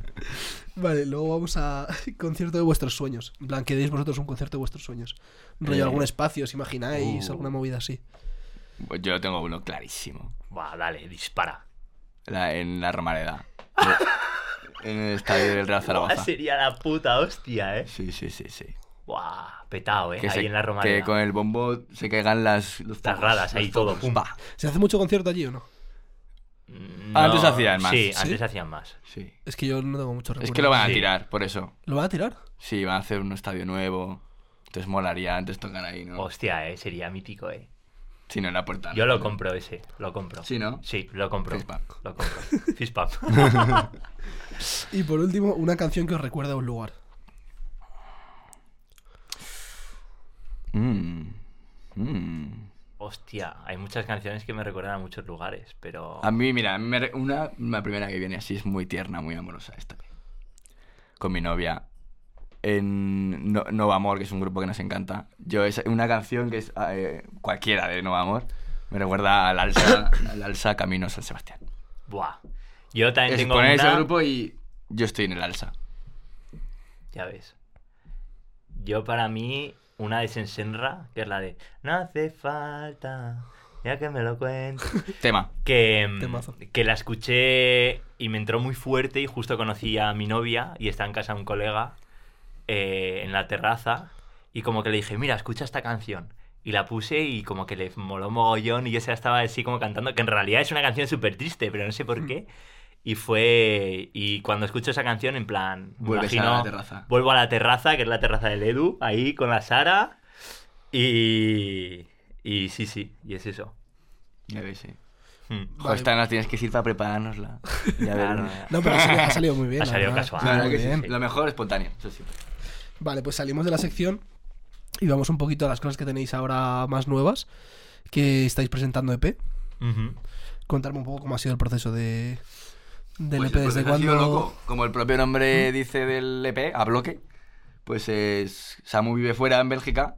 [SPEAKER 1] Vale, luego vamos a concierto de vuestros sueños. En plan, que deis vosotros un concierto de vuestros sueños. Rollo,
[SPEAKER 3] Eh.
[SPEAKER 1] algún espacio, os imagináis,
[SPEAKER 3] Uh.
[SPEAKER 1] alguna movida así.
[SPEAKER 3] Pues yo tengo uno clarísimo.
[SPEAKER 2] Va, dale, dispara.
[SPEAKER 3] La- en la Romareda. en el estadio del Real
[SPEAKER 2] Buah,
[SPEAKER 3] Zaragoza.
[SPEAKER 2] sería la puta hostia, ¿eh?
[SPEAKER 3] Sí, sí, sí, sí.
[SPEAKER 2] Buah, petao, ¿eh?
[SPEAKER 3] Que,
[SPEAKER 2] ahí
[SPEAKER 3] se-
[SPEAKER 2] en la
[SPEAKER 3] que
[SPEAKER 2] Romareda.
[SPEAKER 3] con el bombo se caigan las, los
[SPEAKER 2] Las
[SPEAKER 3] focos,
[SPEAKER 2] gradas, ahí
[SPEAKER 3] los
[SPEAKER 2] todo,
[SPEAKER 3] focos,
[SPEAKER 2] pum.
[SPEAKER 3] pa.
[SPEAKER 1] ¿Se hace mucho concierto allí o no?
[SPEAKER 2] Mm, No,
[SPEAKER 3] Antes hacían más.
[SPEAKER 2] Sí,
[SPEAKER 3] ¿Sí?
[SPEAKER 2] antes hacían más.
[SPEAKER 3] Sí.
[SPEAKER 1] Es que yo no tengo mucho recuerdo.
[SPEAKER 3] Es que lo van a
[SPEAKER 2] Sí.
[SPEAKER 3] tirar, por eso.
[SPEAKER 1] ¿Lo van a tirar?
[SPEAKER 3] Sí, van a hacer un estadio nuevo. Entonces molaría, antes tocan ahí, ¿no?
[SPEAKER 2] Hostia, ¿eh? Sería mítico, ¿eh?
[SPEAKER 3] Si no, en la puerta.
[SPEAKER 2] Yo lo compro ese, lo compro.
[SPEAKER 3] Sí, ¿no?
[SPEAKER 2] Sí, lo compro.
[SPEAKER 3] Fist bump.
[SPEAKER 2] Lo compro. Fist bump.
[SPEAKER 1] Y por último, una canción que os recuerda a un lugar.
[SPEAKER 3] Mm. Mm.
[SPEAKER 2] Hostia, hay muchas canciones que me recuerdan a muchos lugares, pero...
[SPEAKER 3] A mí, mira, a mí me re- una, la primera que viene así es muy tierna, muy amorosa esta. Con mi novia. En No- Nova Amor, que es un grupo que nos encanta. Yo es una canción que es eh, cualquiera de Nova Amor. Me recuerda al alza, al alza Camino San Sebastián.
[SPEAKER 2] Buah. Yo también
[SPEAKER 3] Es
[SPEAKER 2] tengo
[SPEAKER 3] poner ese
[SPEAKER 2] una-
[SPEAKER 3] grupo y yo estoy en el alza.
[SPEAKER 2] Ya ves. Yo para mí, una de Sensenra, que es la de No hace falta, ya que me lo cuento.
[SPEAKER 3] Tema.
[SPEAKER 2] Que, mm,
[SPEAKER 1] Temazo.
[SPEAKER 2] que la escuché y me entró muy fuerte y justo conocí a mi novia y está en casa de un colega eh, en la terraza Y como que le dije, mira, escucha esta canción. Y la puse y como que le moló mogollón y yo se la estaba así como cantando, que en realidad es una canción súper triste, pero no sé
[SPEAKER 3] Hmm.
[SPEAKER 2] por qué. Y fue. Y cuando escucho esa canción, en plan. me
[SPEAKER 3] Vuelves
[SPEAKER 2] imagino-
[SPEAKER 3] a la terraza.
[SPEAKER 2] Vuelvo a la terraza, que es la terraza del Edu, ahí con la Sara. Y. Y sí, sí, y es eso.
[SPEAKER 3] Ya ves, sí.
[SPEAKER 2] Mm.
[SPEAKER 1] Vale.
[SPEAKER 3] Esta nos tienes que decir para preparárnosla. Ya
[SPEAKER 2] Claro,
[SPEAKER 3] veremos.
[SPEAKER 1] No, pero ha salido, ha salido muy bien.
[SPEAKER 2] Ha
[SPEAKER 1] la
[SPEAKER 2] salido
[SPEAKER 1] verdad.
[SPEAKER 2] casual.
[SPEAKER 3] La verdad
[SPEAKER 1] Muy
[SPEAKER 3] que sí,
[SPEAKER 1] bien.
[SPEAKER 3] sí. Lo mejor espontáneo, eso siempre.
[SPEAKER 1] Vale, pues salimos de la sección y vamos un poquito a las cosas que tenéis ahora más nuevas que estáis presentando EP.
[SPEAKER 2] Ujú.
[SPEAKER 1] Contarme un poco cómo ha sido el proceso de, del
[SPEAKER 3] Pues
[SPEAKER 1] EP,
[SPEAKER 3] el
[SPEAKER 1] desde ¿Mm?
[SPEAKER 3] proceso ha sido
[SPEAKER 1] cuándo...
[SPEAKER 3] loco. Como el propio nombre dice del EP, a bloque, pues es, Samu vive fuera en Bélgica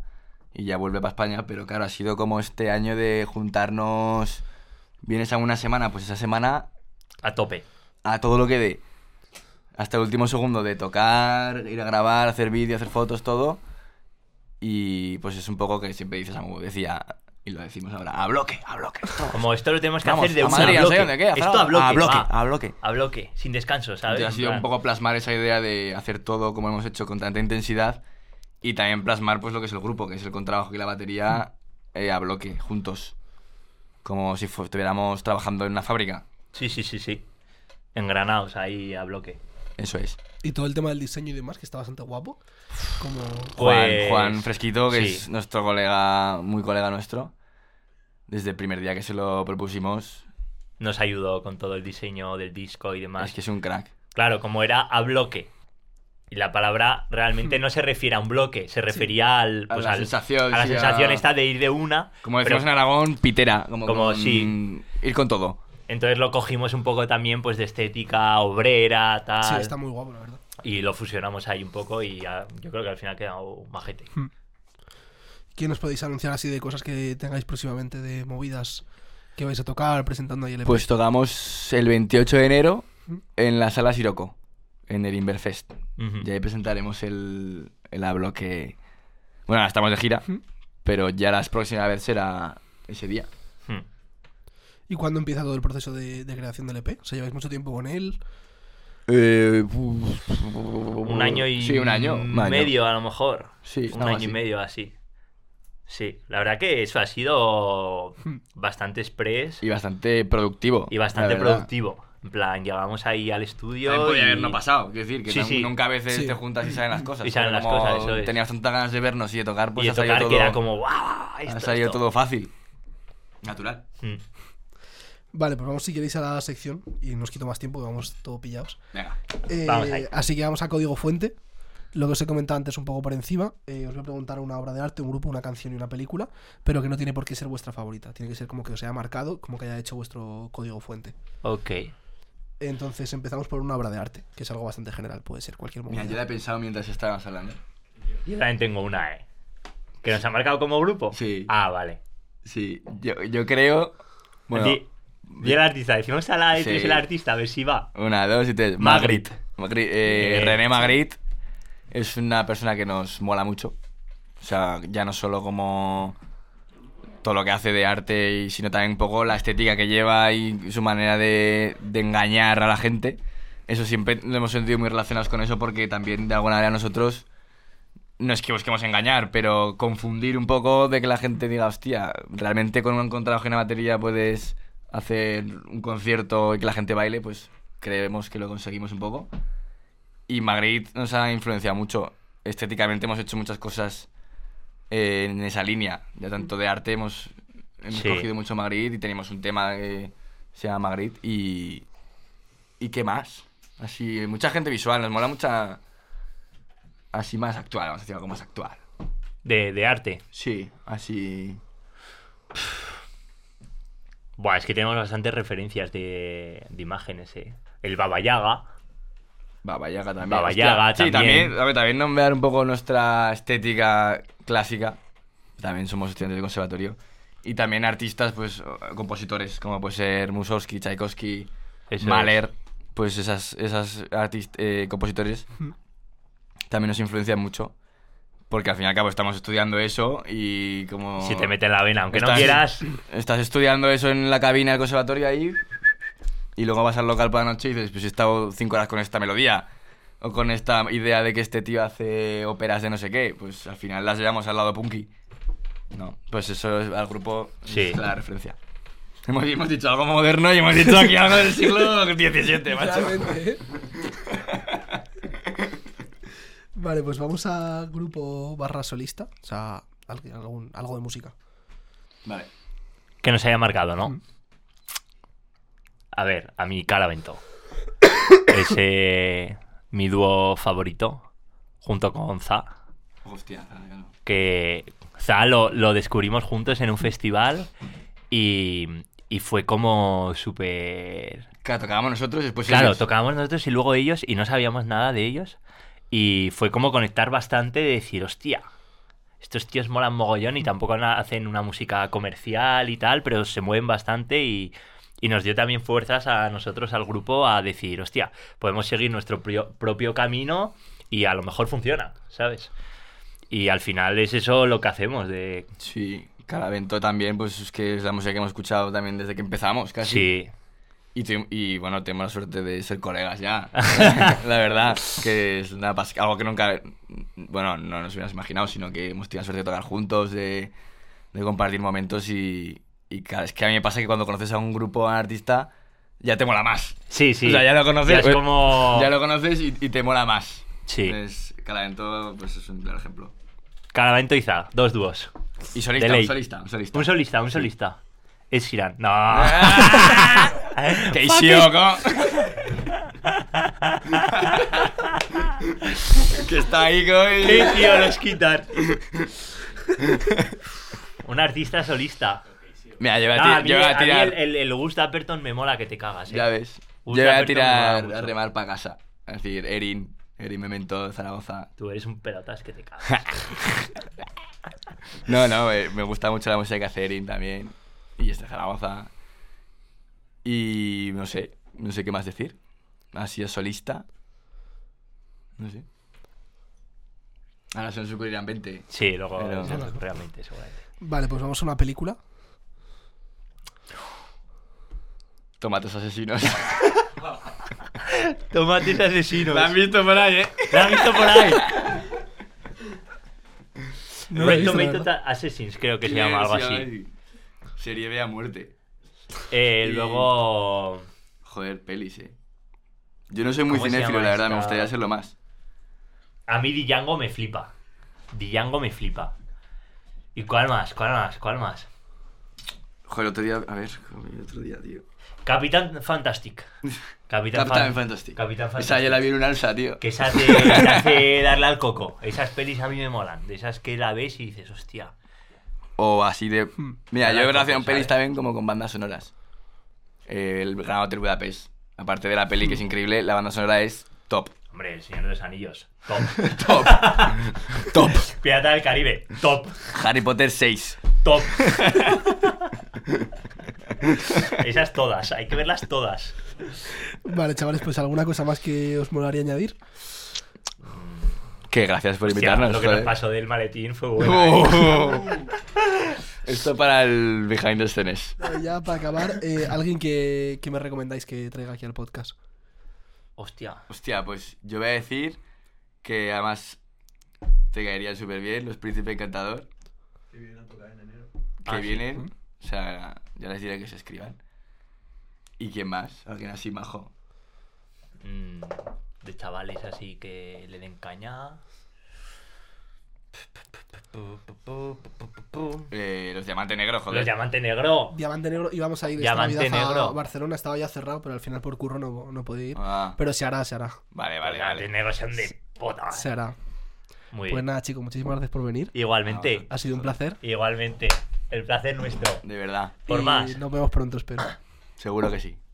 [SPEAKER 3] y ya vuelve para España, pero claro, ha sido como este año de juntarnos, vienes a una semana, pues esa semana
[SPEAKER 2] A tope.
[SPEAKER 3] a todo lo que dé. Hasta el último segundo de tocar, ir a grabar, hacer vídeo, hacer fotos, todo. Y pues es un poco que siempre dices, Samu, decía, y lo decimos ahora, a bloque, a bloque.
[SPEAKER 2] Como esto lo tenemos que
[SPEAKER 3] Vamos,
[SPEAKER 2] hacer de
[SPEAKER 3] a
[SPEAKER 2] una
[SPEAKER 3] Madrid,
[SPEAKER 2] a
[SPEAKER 3] no sé
[SPEAKER 2] bloque.
[SPEAKER 3] dónde, ¿qué? A
[SPEAKER 2] Esto
[SPEAKER 3] Zaragoza.
[SPEAKER 2] a bloque.
[SPEAKER 3] A bloque,
[SPEAKER 2] va.
[SPEAKER 3] a bloque.
[SPEAKER 2] A bloque, sin descanso, ¿sabes?
[SPEAKER 3] Ha sido
[SPEAKER 2] En
[SPEAKER 3] un
[SPEAKER 2] plan-
[SPEAKER 3] poco plasmar esa idea de hacer todo como hemos hecho con tanta intensidad y también plasmar pues lo que es el grupo, que es el contrabajo y la batería
[SPEAKER 2] Mm.
[SPEAKER 3] eh, a bloque, juntos. Como si fu- estuviéramos trabajando en una fábrica.
[SPEAKER 2] Sí, sí, sí, sí. Engranados ahí a bloque.
[SPEAKER 3] Eso es.
[SPEAKER 1] Y todo el tema del diseño y demás, que está bastante guapo. Como...
[SPEAKER 3] Juan,
[SPEAKER 2] Pues,
[SPEAKER 3] Juan Fresquito, que es
[SPEAKER 2] sí.
[SPEAKER 3] nuestro colega, muy colega nuestro. Desde el primer día que se lo propusimos,
[SPEAKER 2] Nos ayudó con todo el diseño del disco y demás.
[SPEAKER 3] es que es un crack.
[SPEAKER 2] Claro, como era a bloque. Y la palabra realmente no se refiere a un bloque, se refería al,
[SPEAKER 3] Hmm. A
[SPEAKER 2] pues
[SPEAKER 3] la
[SPEAKER 2] al-
[SPEAKER 3] sensación,
[SPEAKER 2] a la
[SPEAKER 3] sí, a-
[SPEAKER 2] sensación esta de ir de una.
[SPEAKER 3] Como
[SPEAKER 2] pero
[SPEAKER 3] decimos en Aragón, pitera. Como,
[SPEAKER 2] Como
[SPEAKER 3] con-
[SPEAKER 2] sí.
[SPEAKER 3] Ir con todo.
[SPEAKER 2] Entonces lo cogimos un poco también pues de estética obrera, tal.
[SPEAKER 1] Sí, está muy guapo, la verdad.
[SPEAKER 2] Y lo fusionamos ahí un poco y ya- yo creo que al final ha quedado un majete.
[SPEAKER 1] ¿Qué nos podéis anunciar así de cosas que tengáis próximamente de movidas que vais a tocar presentando ahí el E EP?
[SPEAKER 3] Pues tocamos el 28 de enero en la sala Siroco, en el Inverfest.
[SPEAKER 2] Ujú.
[SPEAKER 3] Y ahí presentaremos el, el A bloque. Bueno, ahora estamos de gira,
[SPEAKER 1] Ujú.
[SPEAKER 3] pero ya la próxima vez será ese día.
[SPEAKER 2] Hmm.
[SPEAKER 1] ¿Y cuándo empieza todo el proceso de, de creación del EP? O sea, lleváis mucho tiempo con él.
[SPEAKER 3] Eh,
[SPEAKER 2] Un
[SPEAKER 3] un
[SPEAKER 2] año y
[SPEAKER 3] Sí, un año. un año.
[SPEAKER 2] medio a lo mejor.
[SPEAKER 3] Sí,
[SPEAKER 2] un
[SPEAKER 3] algo
[SPEAKER 2] año
[SPEAKER 3] así.
[SPEAKER 2] y medio así. Sí, la verdad que eso ha sido bastante express
[SPEAKER 3] Hmm. Y bastante productivo.
[SPEAKER 2] y bastante
[SPEAKER 3] la verdad.
[SPEAKER 2] productivo. En plan, llegamos ahí al estudio.
[SPEAKER 3] También podía
[SPEAKER 2] y-
[SPEAKER 3] haber no pasado, quiero decir, que
[SPEAKER 2] Sí,
[SPEAKER 3] tam-
[SPEAKER 2] sí.
[SPEAKER 3] nunca a veces
[SPEAKER 1] Sí.
[SPEAKER 3] te juntas y salen las cosas.
[SPEAKER 2] Y salen
[SPEAKER 3] pero
[SPEAKER 2] las
[SPEAKER 3] como
[SPEAKER 2] cosas, eso es.
[SPEAKER 3] Tenías tantas ganas de vernos y de tocar, pues
[SPEAKER 2] y de
[SPEAKER 3] ha salido
[SPEAKER 2] tocar
[SPEAKER 3] todo,
[SPEAKER 2] que era como, ¡guau! Esto,
[SPEAKER 3] ha salido
[SPEAKER 2] esto".
[SPEAKER 3] todo fácil. Natural.
[SPEAKER 2] Mm.
[SPEAKER 1] Vale, pues vamos si queréis a la sección y nos quito más tiempo que vamos todo pillados.
[SPEAKER 3] Venga.
[SPEAKER 1] Eh,
[SPEAKER 2] Vamos ahí.
[SPEAKER 1] así que vamos a código fuente. Lo que os he comentado antes un poco por encima, eh, os voy a preguntar una obra de arte, un grupo, una canción y una película, pero que no tiene por qué ser vuestra favorita. Tiene que ser como que os haya marcado, como que haya hecho vuestro código fuente.
[SPEAKER 2] Ok.
[SPEAKER 1] Entonces empezamos por una obra de arte, que es algo bastante general, puede ser cualquier
[SPEAKER 3] Mira,
[SPEAKER 1] momento.
[SPEAKER 3] yo la he pensado mientras estábamos hablando.
[SPEAKER 2] Yo también tengo una, ¿eh? ¿Que nos ha marcado como grupo?
[SPEAKER 3] Sí.
[SPEAKER 2] Ah, vale.
[SPEAKER 3] Sí, yo, yo creo. Bueno,
[SPEAKER 2] Di, di el artista. Decimos a la de
[SPEAKER 3] Sí.
[SPEAKER 2] tres el artista, a ver si va.
[SPEAKER 3] una, dos y tres.
[SPEAKER 2] Magritte.
[SPEAKER 3] Magritte, eh,
[SPEAKER 2] Eh,
[SPEAKER 3] René
[SPEAKER 2] sí.
[SPEAKER 3] Magritte es una persona que nos mola mucho. O sea, ya no solo como todo lo que hace de arte, y- sino también un poco la estética que lleva y su manera de, de engañar a la gente. Eso siempre nos hemos sentido muy relacionados con eso porque también de alguna manera nosotros no es que busquemos engañar, pero confundir un poco de que la gente diga, hostia, realmente con un contrabajo y una batería puedes hacer un concierto y que la gente baile, pues creemos que lo conseguimos un poco. Y Magritte nos ha influenciado mucho. Estéticamente hemos hecho muchas cosas eh, en esa línea. Ya tanto de arte hemos, hemos
[SPEAKER 2] Sí.
[SPEAKER 3] cogido mucho Magritte y tenemos un tema que se llama Magritte y... ¿Y qué más? Así, mucha gente visual, nos mola mucha... Así más actual, vamos a decir algo más actual.
[SPEAKER 2] De, de arte.
[SPEAKER 3] Sí, así...
[SPEAKER 2] Buah, es que tenemos bastantes referencias de, de imágenes, ¿eh? El Baba Yaga.
[SPEAKER 3] Baba Yaga también.
[SPEAKER 2] Baba
[SPEAKER 3] hostia.
[SPEAKER 2] Yaga
[SPEAKER 3] Sí,
[SPEAKER 2] también.
[SPEAKER 3] también, a ver, también nombrar un poco nuestra estética clásica. También somos estudiantes de conservatorio. Y también artistas, pues, o- compositores, como puede ser Mussorgsky, Tchaikovsky,
[SPEAKER 2] Eso
[SPEAKER 3] Mahler. Pues esas, esas artist- eh, compositores también nos influencian mucho. Porque al fin y al cabo estamos estudiando eso y como...
[SPEAKER 2] Si te mete en la vena, aunque no
[SPEAKER 3] Estás-
[SPEAKER 2] quieras.
[SPEAKER 3] Estás estudiando eso en la cabina del conservatorio ahí. Y luego vas al local por la noche y dices, pues he estado cinco horas con esta melodía. O O con esta idea de que este tío hace óperas de no sé qué. Pues al final las llevamos al lado punky. No, pues eso es al grupo
[SPEAKER 2] Sí.
[SPEAKER 3] es la referencia. Hemos, hemos dicho algo moderno y hemos dicho aquí algo del siglo XVII, macho.
[SPEAKER 1] Claramente, ¿eh? Vale, pues vamos a grupo barra solista. O sea, al- algún- algo de música.
[SPEAKER 3] Vale.
[SPEAKER 2] Que nos haya marcado, ¿no? A ver, a mi Calavento. Es eh, mi dúo favorito. Junto con Za.
[SPEAKER 3] Hostia, claro.
[SPEAKER 2] que o sea, lo, lo descubrimos juntos en un festival y, y fue como súper...
[SPEAKER 3] Claro, tocábamos nosotros y después.
[SPEAKER 2] Claro,
[SPEAKER 3] ellos.
[SPEAKER 2] tocábamos nosotros y luego ellos y no sabíamos nada de ellos y fue como conectar bastante de decir, hostia, estos tíos molan mogollón y tampoco na- hacen una música comercial y tal, pero se mueven bastante y... y nos dio también fuerzas a nosotros, al grupo, a decir, hostia, podemos seguir nuestro prio- propio camino y a lo mejor funciona, ¿sabes? Y al final es eso lo que hacemos, de
[SPEAKER 3] Sí, Calavento también, pues es que es la música que hemos escuchado también desde que empezamos, casi.
[SPEAKER 2] Sí,
[SPEAKER 3] Y, tu- y, bueno, tenemos la suerte de ser colegas ya. la verdad, que es una pas- algo que nunca, bueno, no nos hubieras imaginado, sino que hemos tenido la suerte de tocar juntos, de, de compartir momentos y, y claro, es que a mí me pasa que cuando conoces a un grupo, a un artista, ya te mola más.
[SPEAKER 2] sí, sí.
[SPEAKER 3] O sea, ya lo conoces.
[SPEAKER 2] Ya es como...
[SPEAKER 3] Ya lo conoces y, y te mola más.
[SPEAKER 2] Sí.
[SPEAKER 3] Entonces, Calavento, pues es un claro ejemplo.
[SPEAKER 2] Calavento y Za, dos dúos.
[SPEAKER 3] Y
[SPEAKER 2] De
[SPEAKER 3] solista,
[SPEAKER 2] ley.
[SPEAKER 3] un solista, un solista.
[SPEAKER 2] Un solista, un solista. Es Girán. No.
[SPEAKER 3] Ah, ¡Qué Ishioco! que está ahí
[SPEAKER 2] Sí,
[SPEAKER 3] con...
[SPEAKER 2] tío, los quitar. Un artista solista.
[SPEAKER 3] Mira, yo voy a,
[SPEAKER 2] Ah, a
[SPEAKER 3] tirar-
[SPEAKER 2] mí,
[SPEAKER 3] yo voy a
[SPEAKER 2] a mí
[SPEAKER 3] tirar...
[SPEAKER 2] el, el, el Gus Dapperton me mola que te cagas. eh.
[SPEAKER 3] Ya ves. Yo
[SPEAKER 2] Gus
[SPEAKER 3] voy a
[SPEAKER 2] Dapperton me mola
[SPEAKER 3] tirar
[SPEAKER 2] mucho.
[SPEAKER 3] a remar para casa. Es decir, Erin, Erin Memento, Zaragoza.
[SPEAKER 2] Tú eres un pelotas que te cagas.
[SPEAKER 3] No, no, eh, me gusta mucho la música que hace Erin también. Y este Zaragoza. Y no sé, no sé qué más decir. Ha sido solista. No sé. Ahora se nos ocurrirán 20.
[SPEAKER 2] Sí, luego
[SPEAKER 3] Pero-
[SPEAKER 2] se nos ocurre realmente, seguramente.
[SPEAKER 1] Vale, pues vamos a una película.
[SPEAKER 3] Tomates asesinos.
[SPEAKER 2] Tomates asesinos.
[SPEAKER 3] La han visto por ahí, ¿eh?
[SPEAKER 2] La han visto por ahí.
[SPEAKER 1] la he
[SPEAKER 2] Red
[SPEAKER 1] visto, la
[SPEAKER 2] Tomato
[SPEAKER 1] verdad.
[SPEAKER 2] Assassins, creo que se llama algo así.
[SPEAKER 3] Serie B a muerte.
[SPEAKER 2] Eh,
[SPEAKER 3] Y-
[SPEAKER 2] Luego.
[SPEAKER 3] Joder, pelis, ¿eh? Yo no soy muy
[SPEAKER 2] ¿Cómo se
[SPEAKER 3] cinéfilo,
[SPEAKER 2] llama
[SPEAKER 3] la verdad. Me
[SPEAKER 2] esta?
[SPEAKER 3] gustaría hacerlo más.
[SPEAKER 2] A mí Django me flipa. Django me flipa. ¿Y cuál más? ¿Cuál más? ¿Cuál más?
[SPEAKER 3] Joder, otro día... A ver, joder, el otro día, tío.
[SPEAKER 2] Capitán Fantastic. Capitán,
[SPEAKER 3] Captain
[SPEAKER 2] Fan-
[SPEAKER 3] Fantastic.
[SPEAKER 2] Capitán
[SPEAKER 3] Esa
[SPEAKER 2] Fantastic.
[SPEAKER 3] yo la vi en un alza, tío.
[SPEAKER 2] Que esa te, te hace darle al coco. Esas pelis a mí me molan. De esas que la ves y dices, hostia.
[SPEAKER 3] O así de...
[SPEAKER 2] Hmm.
[SPEAKER 3] Mira, yo he
[SPEAKER 2] Barato,
[SPEAKER 3] relacionado
[SPEAKER 2] ¿sabes?
[SPEAKER 3] pelis también como con bandas sonoras. Eh, El Gran Hotel Budapest. Aparte de la peli,
[SPEAKER 2] Hmm.
[SPEAKER 3] que es increíble, la banda sonora es top.
[SPEAKER 2] Hombre, el Señor de los Anillos. Top.
[SPEAKER 3] Top. top.
[SPEAKER 2] Pirata del Caribe. Top.
[SPEAKER 3] Harry Potter 6.
[SPEAKER 2] Top. Esas todas. Hay que verlas todas.
[SPEAKER 1] Vale, chavales, pues alguna cosa más que os molaría añadir.
[SPEAKER 3] Que gracias por
[SPEAKER 2] Hostia,
[SPEAKER 3] invitarnos.
[SPEAKER 2] lo que nos
[SPEAKER 3] joder.
[SPEAKER 2] pasó del maletín fue bueno.
[SPEAKER 3] Oh. Esto para el behind the scenes.
[SPEAKER 1] Eh, Ya para acabar, eh, alguien que, que me recomendáis que traiga aquí al podcast.
[SPEAKER 2] Hostia.
[SPEAKER 3] Hostia, pues yo voy a decir que además te caerían súper bien los Príncipe Encantador. Que
[SPEAKER 2] Ah, sí.
[SPEAKER 3] vienen, o sea, ya les diré que se escriban. ¿Y quién más? Alguien así majo.
[SPEAKER 2] Mm, de chavales así que le den caña.
[SPEAKER 3] Eh, los Diamante Negro, joder.
[SPEAKER 2] Los diamante negro.
[SPEAKER 1] Diamante Negro, íbamos a ir
[SPEAKER 2] Diamante
[SPEAKER 1] esta Navidad a
[SPEAKER 2] Negro.
[SPEAKER 1] Barcelona, estaba ya cerrado, pero al final por curro no, no podía ir.
[SPEAKER 3] Ah,
[SPEAKER 1] Pero se hará, se hará,
[SPEAKER 3] vale,
[SPEAKER 2] Los
[SPEAKER 3] vale,
[SPEAKER 2] diamante
[SPEAKER 3] vale.
[SPEAKER 2] negro son de puta.
[SPEAKER 1] se hará.
[SPEAKER 2] Muy
[SPEAKER 1] Pues
[SPEAKER 2] bien.
[SPEAKER 1] nada, chicos, muchísimas gracias por venir.
[SPEAKER 2] Igualmente.
[SPEAKER 1] Ha sido un placer.
[SPEAKER 2] Igualmente. El placer nuestro.
[SPEAKER 3] De verdad,
[SPEAKER 2] Por
[SPEAKER 1] y
[SPEAKER 2] más.
[SPEAKER 1] Nos vemos pronto, espero.
[SPEAKER 3] seguro que sí.